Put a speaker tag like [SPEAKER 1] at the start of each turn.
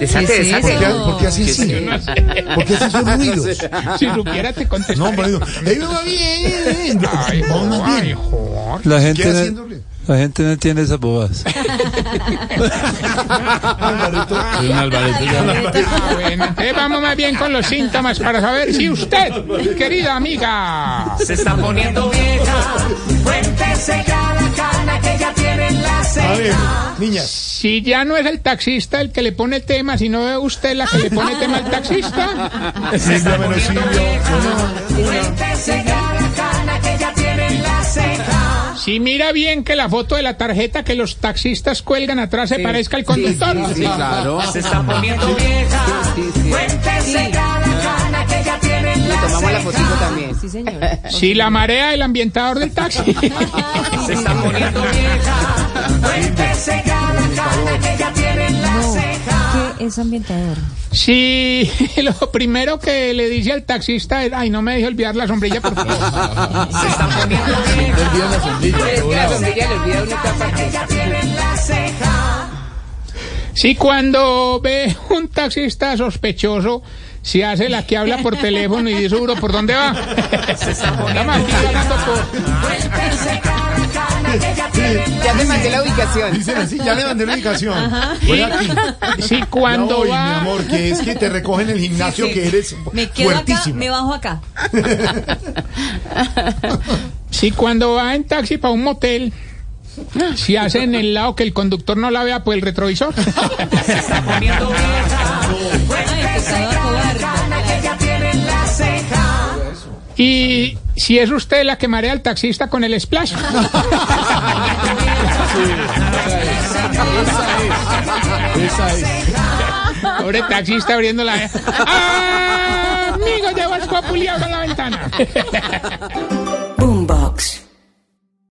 [SPEAKER 1] Desate,
[SPEAKER 2] ¿Qué es
[SPEAKER 1] desate.
[SPEAKER 2] eso?
[SPEAKER 1] Yo-
[SPEAKER 2] ¿Por qué así
[SPEAKER 1] sí?
[SPEAKER 3] ¿Por qué haces esos ruidos?
[SPEAKER 4] Si supiera te contestaría.
[SPEAKER 3] No, hombre, digo, ahí me va bien.
[SPEAKER 4] Ay,
[SPEAKER 3] Vamos más
[SPEAKER 4] ay,
[SPEAKER 3] bien.
[SPEAKER 4] Jorge.
[SPEAKER 5] La
[SPEAKER 3] ¿Qué
[SPEAKER 5] gente, no,
[SPEAKER 3] haciéndole?
[SPEAKER 5] la gente no entiende esas bobadas.
[SPEAKER 6] Un albareto ya.
[SPEAKER 4] Ah, bueno, entonces vamos más bien con los síntomas para saber si usted, querida amiga,
[SPEAKER 1] Se está poniendo vieja. Cuéntese ya la cana que ya tiene en la
[SPEAKER 6] Ah,
[SPEAKER 3] A ver,
[SPEAKER 1] ceja.
[SPEAKER 3] niñas,
[SPEAKER 4] si ya no es el taxista el que le pone tema, sino es usted la que le pone tema al taxista.
[SPEAKER 1] Se está
[SPEAKER 3] Dígamelo,
[SPEAKER 1] poniendo
[SPEAKER 3] Silvio.
[SPEAKER 1] vieja. Cuéntese ya la cana que ya tiene en la ceja.
[SPEAKER 4] Si mira bien que la foto de la tarjeta que los taxistas cuelgan atrás se parezca al conductor.
[SPEAKER 6] Sí, claro.
[SPEAKER 2] Ah.
[SPEAKER 1] Se está poniendo vieja. Cuéntese ya la cana que ya tiene en la
[SPEAKER 2] Tomamos la fotito
[SPEAKER 1] ceja.
[SPEAKER 2] también. Sí, señor.
[SPEAKER 4] Si la marea el ambientador del taxi.
[SPEAKER 1] Se está poniendo vieja. Cuéntese ya la cana que ya tiene en la ceja.
[SPEAKER 7] ¿Qué es ambientador?
[SPEAKER 4] Si lo primero que le dice al taxista es, ay, no me deje olvidar la sombrilla, por favor.
[SPEAKER 1] Se está poniendo
[SPEAKER 6] Olvida la sombrilla, qué
[SPEAKER 2] La
[SPEAKER 6] bravo.
[SPEAKER 2] sombrilla le olvida uno que aparte.
[SPEAKER 4] Si cuando ve un taxista sospechoso, si hace la que habla por teléfono y dice, "Uro, ¿por dónde va? Nada más, sigue hablando por-
[SPEAKER 2] Ya te mandé la ubicación.
[SPEAKER 3] dicen así, ya le mandé la ubicación. Voy aquí.
[SPEAKER 4] Si
[SPEAKER 3] Ya
[SPEAKER 4] cuando
[SPEAKER 3] voy, mi
[SPEAKER 4] va...
[SPEAKER 3] amor, que es que te recogen el gimnasio
[SPEAKER 7] Sí, sí.
[SPEAKER 3] que eres
[SPEAKER 7] Me quedo acá,
[SPEAKER 3] fuertísima.
[SPEAKER 7] me bajo acá.
[SPEAKER 4] Si cuando va en taxi para un motel, si hace en el lado que el conductor no la vea por el retrovisor.
[SPEAKER 7] Ay, pesado cobarde.
[SPEAKER 4] Y si es usted la que marea al taxista con el splash.
[SPEAKER 6] Esa es.
[SPEAKER 4] Pobre taxista abriendo la... ¡Ah! Amigo, llevo el copuliado a la ventana.